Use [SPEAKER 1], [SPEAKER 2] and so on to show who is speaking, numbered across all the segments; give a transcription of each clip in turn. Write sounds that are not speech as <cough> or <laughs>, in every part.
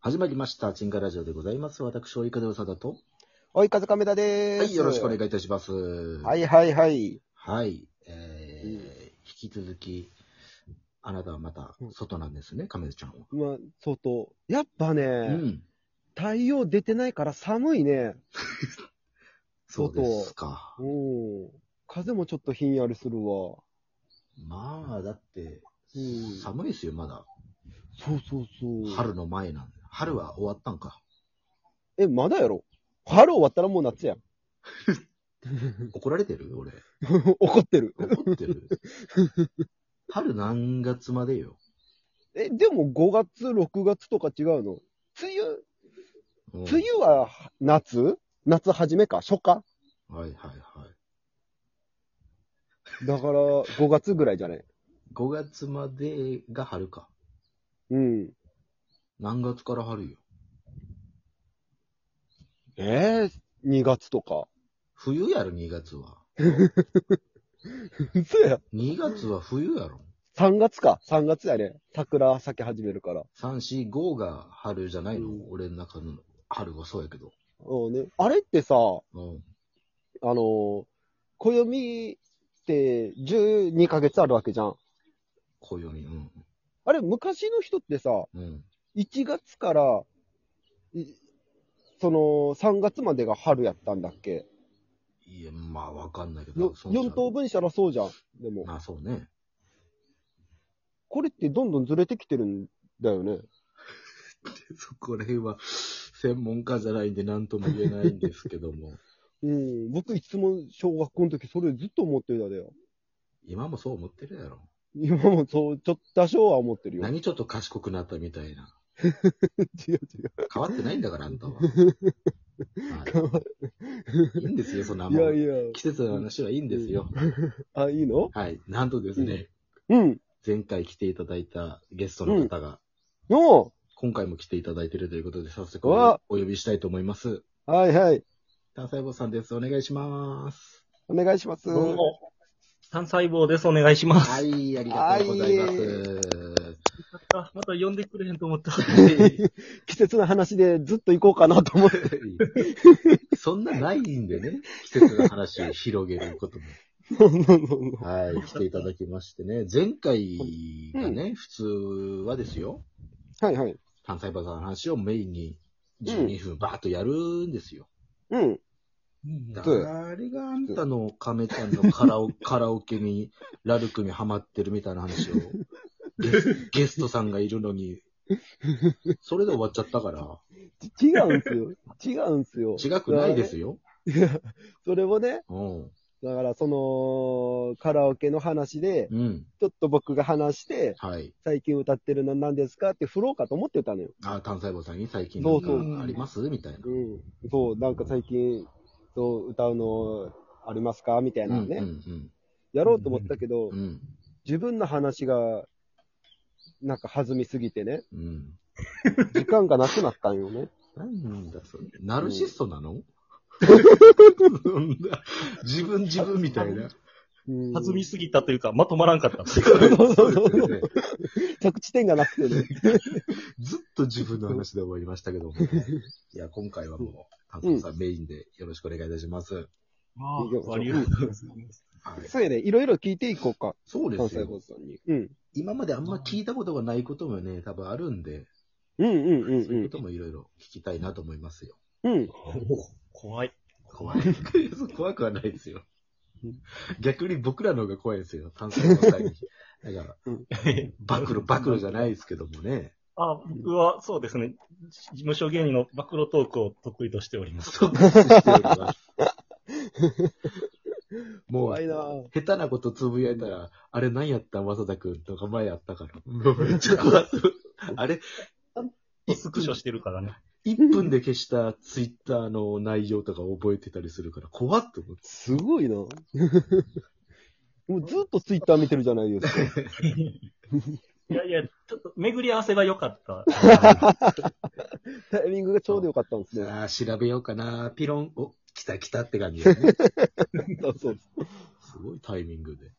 [SPEAKER 1] 始まりました。チンガラジオでございます。私、おいかでおさだと。
[SPEAKER 2] おい、風亀田でーす。
[SPEAKER 1] はい、よろしくお願いいたします。は。
[SPEAKER 2] はいい、はい、はい。
[SPEAKER 1] えー引き続き、あなたはまた外なんですね、亀田ちゃんは。
[SPEAKER 2] まあ、相当。やっぱね、
[SPEAKER 1] うん。
[SPEAKER 2] 太陽出てないから寒いね。
[SPEAKER 1] そうですか。
[SPEAKER 2] うん。風もちょっとひんやりするわ。
[SPEAKER 1] まあ、だって
[SPEAKER 2] うん、
[SPEAKER 1] 寒いですよ、まだ。
[SPEAKER 2] そうそうそう。。
[SPEAKER 1] 春の前なんで。春は終わったんか。
[SPEAKER 2] え、まだやろ春終わったらもう夏やん。 <laughs>
[SPEAKER 1] 怒られてる俺。
[SPEAKER 2] 怒ってる。
[SPEAKER 1] 怒って
[SPEAKER 2] <laughs>
[SPEAKER 1] る。春何月までよ。
[SPEAKER 2] え、でも5月、6月とか違うの梅雨、
[SPEAKER 1] うん
[SPEAKER 2] 梅雨は夏夏初めか初夏
[SPEAKER 1] はいはいはい。
[SPEAKER 2] だから5月ぐらいじゃない
[SPEAKER 1] 5月までが春か。
[SPEAKER 2] うん。
[SPEAKER 1] 何月から春よ。
[SPEAKER 2] えー、2月とか。 <laughs>
[SPEAKER 1] 冬やろ、2月は。
[SPEAKER 2] そうや。
[SPEAKER 1] 2月は冬やろ。
[SPEAKER 2] 3月か。3月やね。桜咲き始めるから。
[SPEAKER 1] 3、4、5が春じゃないの、
[SPEAKER 2] うん
[SPEAKER 1] 俺の中の春はそうやけど。
[SPEAKER 2] うんね。あれってさ、あの
[SPEAKER 1] うん。
[SPEAKER 2] ー、暦って12ヶ月あるわけじゃん。
[SPEAKER 1] 暦、うん。
[SPEAKER 2] あれ、昔の人ってさ、
[SPEAKER 1] うん。
[SPEAKER 2] 1月から、いその、3月までが春やったんだっけ
[SPEAKER 1] いや、まあ、わかんないけど。
[SPEAKER 2] よ
[SPEAKER 1] そうじゃん
[SPEAKER 2] ?4 等分したらそうじゃん。でも、
[SPEAKER 1] まあ、そうね。
[SPEAKER 2] これってどんどんずれてきてるんだよね。
[SPEAKER 1] そこら辺は、専門家じゃないんで、なんとも言えないんですけども。 <laughs>
[SPEAKER 2] うん。僕いつも小学校の時それずっと思ってただよ。
[SPEAKER 1] 今もそう思ってるやろ。
[SPEAKER 2] 今もそう、ちょっと多少は思ってるよ。
[SPEAKER 1] 何ちょっと賢くなったみたいな。
[SPEAKER 2] <laughs> 違う違う。
[SPEAKER 1] 変わってないんだから、あんた
[SPEAKER 2] <laughs>
[SPEAKER 1] は。
[SPEAKER 2] 変わ
[SPEAKER 1] はい、いいんですよ、そんなもん
[SPEAKER 2] いやいや。
[SPEAKER 1] 季節の話はいいんですよ。
[SPEAKER 2] あ、いいの
[SPEAKER 1] はい。なんとですね、
[SPEAKER 2] うん。
[SPEAKER 1] 前回来ていただいたゲストの方が、
[SPEAKER 2] の
[SPEAKER 1] 今回も来ていただいているということで、早速
[SPEAKER 2] うわ
[SPEAKER 1] お呼びしたいと思います。
[SPEAKER 2] はいはい。
[SPEAKER 1] 単細胞さんです。お願いします。
[SPEAKER 2] お願いします。
[SPEAKER 3] どうも。単細胞です。お願いします。
[SPEAKER 1] はい、ありがとうございま
[SPEAKER 3] あまた呼んでくれへんと思った。
[SPEAKER 1] す。
[SPEAKER 2] 季節の話でずっと行こうかなと
[SPEAKER 1] <laughs>
[SPEAKER 2] 思って。
[SPEAKER 1] そんなないんでね、季節の話を広げることも。
[SPEAKER 2] そうそうそう
[SPEAKER 1] はい、来ていただきましてね。前回がね、普通はですよ、
[SPEAKER 2] はいはい。
[SPEAKER 1] 単細胞さんの話をメインに12分バーッとやるんですよ。
[SPEAKER 2] うん。
[SPEAKER 1] だからあれがあんたの亀ちゃんのカラオ
[SPEAKER 2] <laughs>
[SPEAKER 1] カラオケに、ラルクにハマってるみたいな
[SPEAKER 2] <laughs>
[SPEAKER 1] 話を、ゲスゲストさんがいるのに、それで終わっちゃったから、
[SPEAKER 2] ち違うんすよ。違うんすよ。
[SPEAKER 1] 違くないですよ。
[SPEAKER 2] いや。それをね、
[SPEAKER 1] うん。
[SPEAKER 2] だからその、カラオケの話で、
[SPEAKER 1] うん。
[SPEAKER 2] ちょっと僕が話して、
[SPEAKER 1] はい。
[SPEAKER 2] 最近歌ってるの何ですかって振ろうかと思ってたのよ。
[SPEAKER 1] あ、単細胞さんに最近
[SPEAKER 2] そうそう
[SPEAKER 1] なんかありますみたいな。
[SPEAKER 2] う
[SPEAKER 1] うん
[SPEAKER 2] ん。そう、なんか最近、そう、歌うのありますかみたいなのね、
[SPEAKER 1] うん。
[SPEAKER 2] やろうと思ったけど、
[SPEAKER 1] うん。うん。
[SPEAKER 2] 自分の話が、なんか弾みすぎてね、
[SPEAKER 1] うん。
[SPEAKER 2] 時間がなくなったんよね。
[SPEAKER 1] なんだそれ。ナルシストなの、 <laughs> そんな自分自分みたいな。
[SPEAKER 2] うん
[SPEAKER 3] 弾みすぎたというか、まとまらんかっ
[SPEAKER 2] <laughs>
[SPEAKER 3] た。
[SPEAKER 2] そうそうそう
[SPEAKER 1] ですね
[SPEAKER 2] 着地点がなく <laughs> てね。
[SPEAKER 1] ずっと自分の話で終わりましたけども。いや、今回はもう、担当さんメインでよろしくお願いいたします。
[SPEAKER 3] あ
[SPEAKER 2] ー
[SPEAKER 3] ありがとうございます。
[SPEAKER 1] はい。
[SPEAKER 2] そうやね、いろいろ聞いていこうか。
[SPEAKER 1] そうで
[SPEAKER 2] 関
[SPEAKER 1] す
[SPEAKER 2] 西
[SPEAKER 1] よ
[SPEAKER 2] 放。送に。うん。
[SPEAKER 1] 今まであんま聞いたことがないこともね、多分あるんで、
[SPEAKER 2] うんうんう
[SPEAKER 1] そういうんこともいろいろ聞きたいなと思いますよ。
[SPEAKER 2] うん。うん。
[SPEAKER 3] 怖い。
[SPEAKER 1] 怖い。 <laughs> 怖くはないですよ。逆に僕らの方が怖いですよ。単細胞さんに。だから、暴露、暴露じゃないですけどもね。 <laughs>
[SPEAKER 3] あ僕は、そうですね。事務所芸人の暴露トークを得意としております。
[SPEAKER 1] そうしてお
[SPEAKER 2] <laughs>
[SPEAKER 1] ります。もう
[SPEAKER 2] 怖いな
[SPEAKER 1] 下手なことつぶやいたら、あれ何やったまさだくんとか前やったから。めっちゃ怖そう。あれ、
[SPEAKER 3] スクショしてるからね。
[SPEAKER 1] 1分で消したツイッターの内容とか覚えてたりするから、怖っと思って。
[SPEAKER 2] すごいな。も <laughs> うずっとツイッター見てるじゃないですか。
[SPEAKER 3] いやいや、ちょっと巡り合わせが良かった。
[SPEAKER 2] <laughs>
[SPEAKER 1] <laughs>
[SPEAKER 2] タイミングがちょうどよかったんですね。
[SPEAKER 1] さあ、調べようかな。ピロン、お、来た来たって感じですね。
[SPEAKER 2] <laughs> そうそう。
[SPEAKER 1] すごいタイミングで。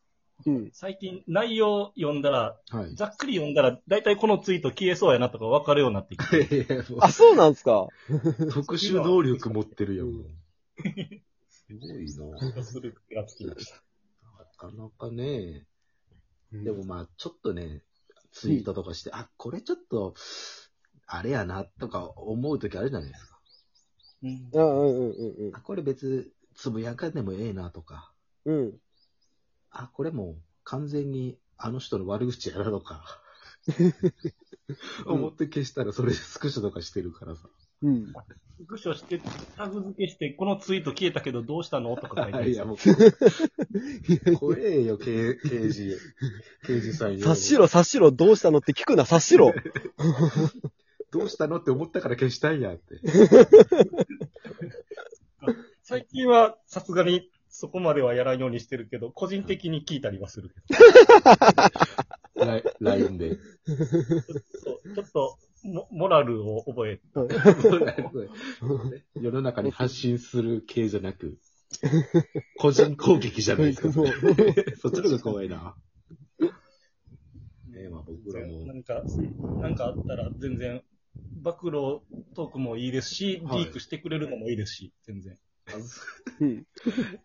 [SPEAKER 2] うん。
[SPEAKER 3] 最近内容読んだら、
[SPEAKER 1] はい。
[SPEAKER 3] ざっくり読んだら、だいたいこのツイート消えそうやなとか分かるようになってきて。
[SPEAKER 1] いやもう
[SPEAKER 2] あ、そうなんすか
[SPEAKER 1] 特殊能力持ってるよ。もう <laughs> すごいな。
[SPEAKER 3] <laughs> するがつきました。
[SPEAKER 1] なかなかね、で
[SPEAKER 2] で
[SPEAKER 1] も、まあ、ちょっとね、ツイートとかして、あ、これちょっと、あれやな、とか思うときあるじゃないですか。
[SPEAKER 3] うん
[SPEAKER 2] うんうんうんうん
[SPEAKER 1] あ、これ別、つぶやかんでもええな、とか。
[SPEAKER 2] うん。うん。
[SPEAKER 1] あ、これもう完全にあの人の悪口やな、とか。
[SPEAKER 2] うん
[SPEAKER 1] 思って消したら、それでスクショとかしてるからさ。
[SPEAKER 2] うん。
[SPEAKER 3] スクショして、タグ付けして、このツイート消えたけどどうしたのとか書いて
[SPEAKER 1] <laughs>
[SPEAKER 3] あ
[SPEAKER 1] い
[SPEAKER 3] る
[SPEAKER 1] や、もう、
[SPEAKER 2] <laughs>
[SPEAKER 1] 怖えよ、刑刑事、刑事さんよ。
[SPEAKER 2] 察しろ、察しろ、どうしたのって聞くな、察し <laughs> ろ。
[SPEAKER 1] どうしたのって思ったから消したんやって。
[SPEAKER 3] 最近はさすがにそこまではやらんようにしてるけど、個人的に聞いたりはするけ
[SPEAKER 1] ライ LINE
[SPEAKER 2] <laughs>
[SPEAKER 1] で。 <laughs>
[SPEAKER 3] ど。そうちょっとモ、モラルを覚え、
[SPEAKER 1] 世の中に発信する系じゃな <laughs> く、個人攻撃じゃないですか。そ
[SPEAKER 2] そう
[SPEAKER 1] れそっちの方が怖いな。ねえまあ僕らも
[SPEAKER 3] なんか、なんかあったら全然、暴露トークもいいですし、
[SPEAKER 1] はい
[SPEAKER 3] リークしてくれるのもいいですし、全然。
[SPEAKER 2] うん。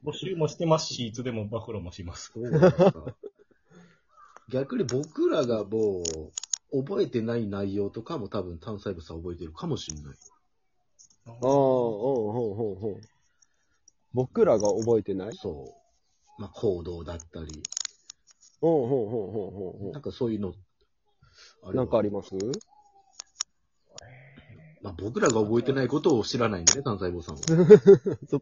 [SPEAKER 3] 募集もしてますし、いつでも暴露もします。
[SPEAKER 1] そうなんですか <laughs> 逆に僕らがもう、覚えてない内容とかも多分単細胞さん覚えてるかもしれない。
[SPEAKER 2] ああ、
[SPEAKER 3] <laughs>
[SPEAKER 2] ほうほうほうほう。僕らが覚えてない
[SPEAKER 1] そう。まあ行動だったり、
[SPEAKER 2] ほうほうほうほうほう
[SPEAKER 1] なんかそういうの、あ
[SPEAKER 2] ほう。
[SPEAKER 1] れ
[SPEAKER 2] な
[SPEAKER 1] は
[SPEAKER 2] んかあります
[SPEAKER 1] まあ僕らが覚えてないことを知らないんでね、単細胞さんは。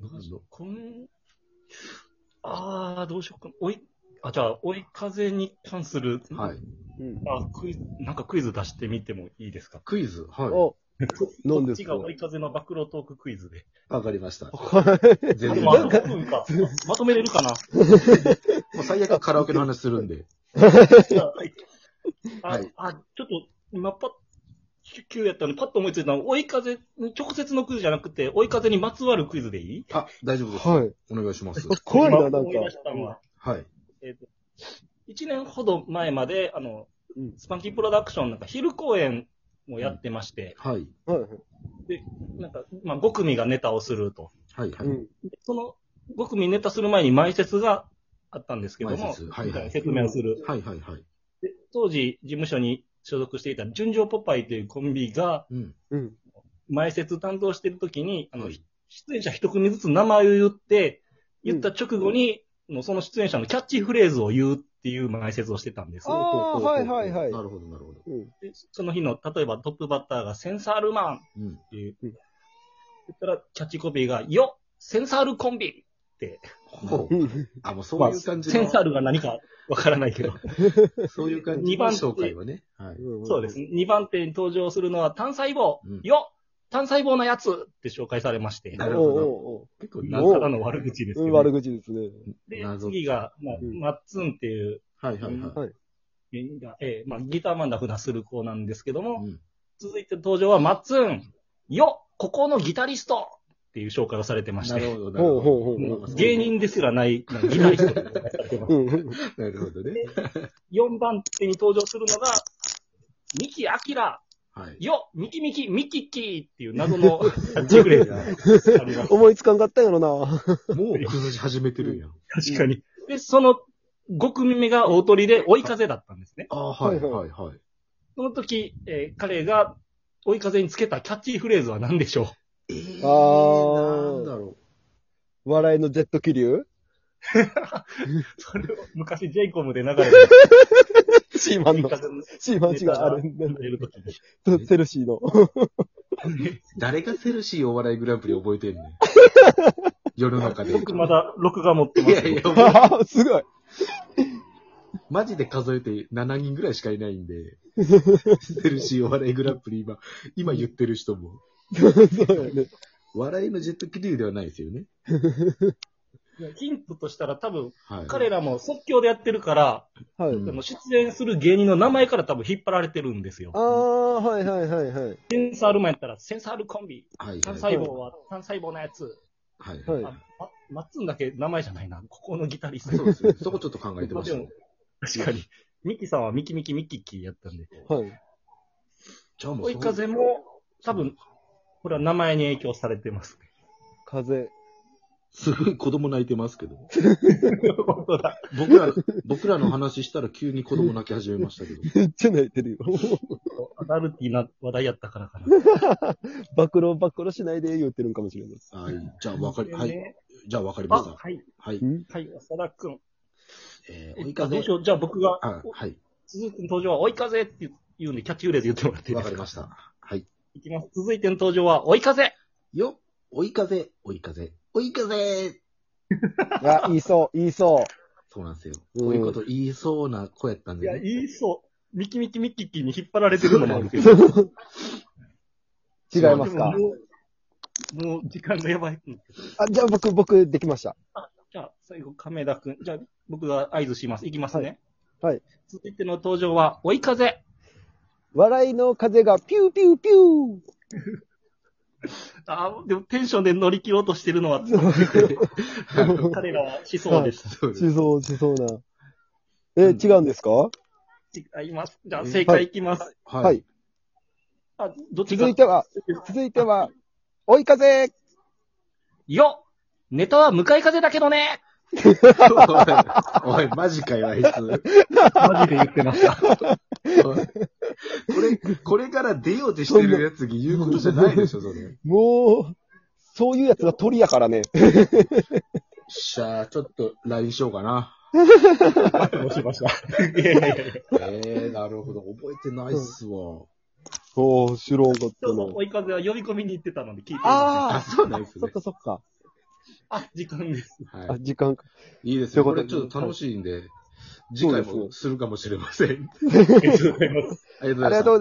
[SPEAKER 1] なんだろう
[SPEAKER 3] こん、ああ、どうしようか。追い、あ、じゃあ、追い風に関する、
[SPEAKER 1] はい。
[SPEAKER 2] うん。
[SPEAKER 3] あ、クイズ、なんかクイズ出してみてもいいですか
[SPEAKER 1] クイズ。はい。
[SPEAKER 2] <laughs> お、何です
[SPEAKER 3] こ
[SPEAKER 2] か
[SPEAKER 3] っちが追い風の暴露トーククイズで。
[SPEAKER 1] わかりま <laughs> した。全
[SPEAKER 3] あ、で
[SPEAKER 1] 然。
[SPEAKER 3] もあと
[SPEAKER 1] も
[SPEAKER 3] 5分か。まとめれ
[SPEAKER 1] <laughs>
[SPEAKER 3] るかな
[SPEAKER 1] う最悪カラオケの話するんで。は
[SPEAKER 3] あ
[SPEAKER 1] い、
[SPEAKER 3] あ、ちょっと、今パッ、急やったのにパッと思いついたの、追い風、直接のクイズじゃなくて、追い風にまつわるクイズでいい
[SPEAKER 1] <laughs> あ、大丈夫です。
[SPEAKER 2] はい。
[SPEAKER 1] お願いします。
[SPEAKER 2] 怖いな、
[SPEAKER 3] 今
[SPEAKER 2] なんか
[SPEAKER 3] 思い出したのは、
[SPEAKER 1] はい。
[SPEAKER 3] 1年ほど前まで、あの、
[SPEAKER 2] うん
[SPEAKER 3] スパンキープロダクションなんか昼公演もやってまして、
[SPEAKER 1] はい。
[SPEAKER 2] はいはい。
[SPEAKER 3] なんか、まあ、5組がネタをすると。
[SPEAKER 1] はい、は
[SPEAKER 2] う
[SPEAKER 1] い。
[SPEAKER 2] ん。
[SPEAKER 3] でその5組ネタする前に前説があったんですけど
[SPEAKER 1] 前
[SPEAKER 3] も
[SPEAKER 1] 説、はいはい
[SPEAKER 3] 説明をする。
[SPEAKER 1] はい、はい、はい。
[SPEAKER 3] で当時、事務所に所属していた純情ポパイというコンビが、
[SPEAKER 1] うん。
[SPEAKER 2] うん。
[SPEAKER 3] 前説担当してるときに、あの、
[SPEAKER 1] はい
[SPEAKER 3] 出演者一組ずつ名前を言って、言った直後に、のその出演者のキャッチフレーズを言うっていう前説をしてたんです
[SPEAKER 2] あ。ーはいはいはい
[SPEAKER 1] なるほど、なるほど。
[SPEAKER 2] うん。
[SPEAKER 3] でその日の、例えばトップバッターがセンサールマンっ
[SPEAKER 1] うん。
[SPEAKER 3] ていう、
[SPEAKER 2] うん
[SPEAKER 3] 言ったらキャッチコピーが、よセンサールコンビ
[SPEAKER 1] ほ
[SPEAKER 2] う
[SPEAKER 1] う。
[SPEAKER 2] ん
[SPEAKER 1] あ、もうそういう感じ
[SPEAKER 3] センサー
[SPEAKER 1] の、
[SPEAKER 3] ルが何かわからないけど。
[SPEAKER 1] そういう感じ
[SPEAKER 3] 二
[SPEAKER 1] の
[SPEAKER 3] 番手
[SPEAKER 1] 紹介はね。はい。
[SPEAKER 3] そうです。。2番手に登場するのは単細胞、
[SPEAKER 1] うん
[SPEAKER 3] よ単細胞のやつって紹介されまして、
[SPEAKER 1] な
[SPEAKER 2] おう
[SPEAKER 1] る
[SPEAKER 2] お
[SPEAKER 1] ほど
[SPEAKER 2] う
[SPEAKER 1] 結構
[SPEAKER 3] な
[SPEAKER 1] な、
[SPEAKER 2] お
[SPEAKER 3] ん
[SPEAKER 2] う
[SPEAKER 3] たらの悪口です
[SPEAKER 2] おうう
[SPEAKER 3] け
[SPEAKER 2] ん。
[SPEAKER 3] ど、
[SPEAKER 2] 悪口ですね。
[SPEAKER 3] で
[SPEAKER 1] 謎
[SPEAKER 3] 次が、まあ
[SPEAKER 1] うん
[SPEAKER 3] マッツンっていう、
[SPEAKER 1] はい、はい、はい。
[SPEAKER 3] えーまあ、ギターマンだふなする子なんですけども、
[SPEAKER 1] うん
[SPEAKER 3] 続いて登場はマッツン、よここのギタリストっていう紹介をされてまし
[SPEAKER 1] なる
[SPEAKER 3] て、
[SPEAKER 1] ほど、なる
[SPEAKER 2] ほう
[SPEAKER 1] ほ
[SPEAKER 2] ほ
[SPEAKER 1] ど。
[SPEAKER 2] うほうほ
[SPEAKER 1] まあ
[SPEAKER 3] 芸人ですらないまあギタリストって紹介されてます
[SPEAKER 2] う。うん。
[SPEAKER 1] なるほどね。
[SPEAKER 3] 4番手に登場するのが、ミキ・アキラ、
[SPEAKER 1] はい。
[SPEAKER 3] よミキミキ、ミキキーっていう謎 <laughs> のキャッチフレーズがあります。
[SPEAKER 2] 思いつかんかったんやろな。
[SPEAKER 1] もう崩し始めてるやん。
[SPEAKER 3] 確かに。で、その5組目が大鳥で追い風だったんですね。
[SPEAKER 1] あーはい、はい、はい。
[SPEAKER 3] その時、えー彼が追い風につけたキャッチフレーズは何でしょう
[SPEAKER 1] えー、
[SPEAKER 2] あー
[SPEAKER 1] なんだろ
[SPEAKER 2] 笑いのジェット気流
[SPEAKER 3] それを昔 j イコムで流れて <laughs>
[SPEAKER 2] シーマ
[SPEAKER 3] た
[SPEAKER 2] ン
[SPEAKER 3] 追い
[SPEAKER 2] の。
[SPEAKER 3] 風の
[SPEAKER 2] シーマン違う。あれ、
[SPEAKER 3] 流れる時に。
[SPEAKER 2] セルシ
[SPEAKER 1] <laughs>
[SPEAKER 2] ーの。
[SPEAKER 1] う。誰がセルシーお笑いグランプリ覚え <laughs> てんねん。世の中で。
[SPEAKER 3] 僕まだ録画持って
[SPEAKER 1] い
[SPEAKER 3] ます
[SPEAKER 1] や。いや、
[SPEAKER 2] すごい。
[SPEAKER 1] マジで数えて7人ぐらいしかいないん <laughs> で、セルシーお笑いグランプリ今、今言ってる人も、
[SPEAKER 2] そうやね。
[SPEAKER 1] 笑いのジェット気流ではないですよね。
[SPEAKER 3] ヒントとしたら多分、
[SPEAKER 1] はい。
[SPEAKER 3] 彼らも即興でやってるから、
[SPEAKER 2] はい。
[SPEAKER 1] うん
[SPEAKER 3] あの出演する芸人の名前から多分引っ張られてるんですよ
[SPEAKER 2] あ。あ、はいはいはいはい。
[SPEAKER 3] センサールマンやったら、センサールコンビ、
[SPEAKER 1] はい、
[SPEAKER 3] 単
[SPEAKER 1] は
[SPEAKER 3] 細
[SPEAKER 1] い。
[SPEAKER 3] 胞は単細胞のやつ。
[SPEAKER 1] はい。
[SPEAKER 2] はい
[SPEAKER 3] あまマッツンだけ名前じゃないな。ここのギタリスト。
[SPEAKER 1] そうですね。そこちょっと考えてましたね。
[SPEAKER 3] 確かに。ミキさんはミキミキミキキやったんで。
[SPEAKER 2] はい。
[SPEAKER 1] じゃあもう
[SPEAKER 3] 追い風も、多分、これは名前に影響されてますね。
[SPEAKER 2] 風。
[SPEAKER 1] すごい子供泣いてますけど。
[SPEAKER 3] 本当だ。
[SPEAKER 1] 僕ら、僕らの <laughs> 話したら急に子供泣き始めましたけど。
[SPEAKER 2] めっちゃ泣い
[SPEAKER 1] <laughs>
[SPEAKER 2] てるよ。
[SPEAKER 3] アダルティな話題やったからかな。
[SPEAKER 2] 暴露暴露しないで言ってるんかもしれない。
[SPEAKER 1] はい。じゃあわかり、はい。
[SPEAKER 3] ね
[SPEAKER 1] じゃあわかり
[SPEAKER 3] あ、
[SPEAKER 1] ました。
[SPEAKER 3] はい。
[SPEAKER 1] はい。
[SPEAKER 3] はい、浅田くん。
[SPEAKER 1] えー、追
[SPEAKER 3] 追
[SPEAKER 1] い
[SPEAKER 3] い風。
[SPEAKER 1] 風
[SPEAKER 3] どうし。よう。じゃあ僕が、
[SPEAKER 1] あ、はい。
[SPEAKER 3] 続いての登場は追い風って言うんで、キャッチフレーズ言ってもらっていいで
[SPEAKER 1] わ
[SPEAKER 3] す
[SPEAKER 1] か
[SPEAKER 3] か
[SPEAKER 1] りました。はい。
[SPEAKER 3] いきます。続いての登場は追い風
[SPEAKER 1] よ、追い風、追い風、追い風
[SPEAKER 2] あ、言いそう、言いそ
[SPEAKER 1] そうなんですよ。
[SPEAKER 2] うん
[SPEAKER 1] こういうこと言いそうな子やったん
[SPEAKER 3] い
[SPEAKER 1] で
[SPEAKER 3] や、
[SPEAKER 1] ね。
[SPEAKER 3] 言いそう。ミキミキミキキに引っ張られてるのもあるけど。
[SPEAKER 2] う。違いますか
[SPEAKER 3] で。ももう、もう時間がやばい。
[SPEAKER 2] あ、じゃあ僕、僕、できました。
[SPEAKER 3] じゃあ、最後、亀田くん。じゃあ、僕が合図します。いきますね。
[SPEAKER 2] はいはい
[SPEAKER 3] 続いての登場は、追い風。
[SPEAKER 2] 笑いの風がピューピューピュー。
[SPEAKER 3] あーでもテンションで乗り切ろうとしてるのは、彼らはしそうです。
[SPEAKER 2] <laughs>
[SPEAKER 1] そうです。
[SPEAKER 2] しそう、しそうな。え、違うんですか
[SPEAKER 3] 違います。じゃあ、正解いきます。
[SPEAKER 1] はい。 <laughs>
[SPEAKER 2] はい
[SPEAKER 3] あ、どっちが
[SPEAKER 2] 続いては、続いては、追い風
[SPEAKER 3] よネタは向かい風だけどね
[SPEAKER 1] おい、おいマジかよ、あいつ。
[SPEAKER 3] マジで言ってました。
[SPEAKER 1] おいこれ、これから出ようとしてるやつに言うことじゃないでしょ、それ。
[SPEAKER 2] もう、そういうやつが鳥やからね。
[SPEAKER 1] しゃあ、ちょっと LINE しようかな。
[SPEAKER 3] どうしました。いやいやいや。
[SPEAKER 1] ええなるほど。覚えてないっすわ。
[SPEAKER 2] おー、知らんかっ
[SPEAKER 3] <laughs> そうそう、追い風は呼び込みに行ってたので聞いてみました。
[SPEAKER 1] あ、
[SPEAKER 2] あ
[SPEAKER 1] そうなんです
[SPEAKER 2] ー、そっ
[SPEAKER 1] ね。
[SPEAKER 2] かそっか。
[SPEAKER 3] あ、時間 <laughs> です。
[SPEAKER 1] は
[SPEAKER 2] あ、時間か。
[SPEAKER 1] い。いいです
[SPEAKER 2] と
[SPEAKER 1] よ。
[SPEAKER 2] いうこ
[SPEAKER 1] ことれ
[SPEAKER 2] で
[SPEAKER 1] ちょっと楽しいんで、次回もするかもしれません。
[SPEAKER 3] ありがとうございます。
[SPEAKER 1] ありがとうございました
[SPEAKER 2] ありがとうございます。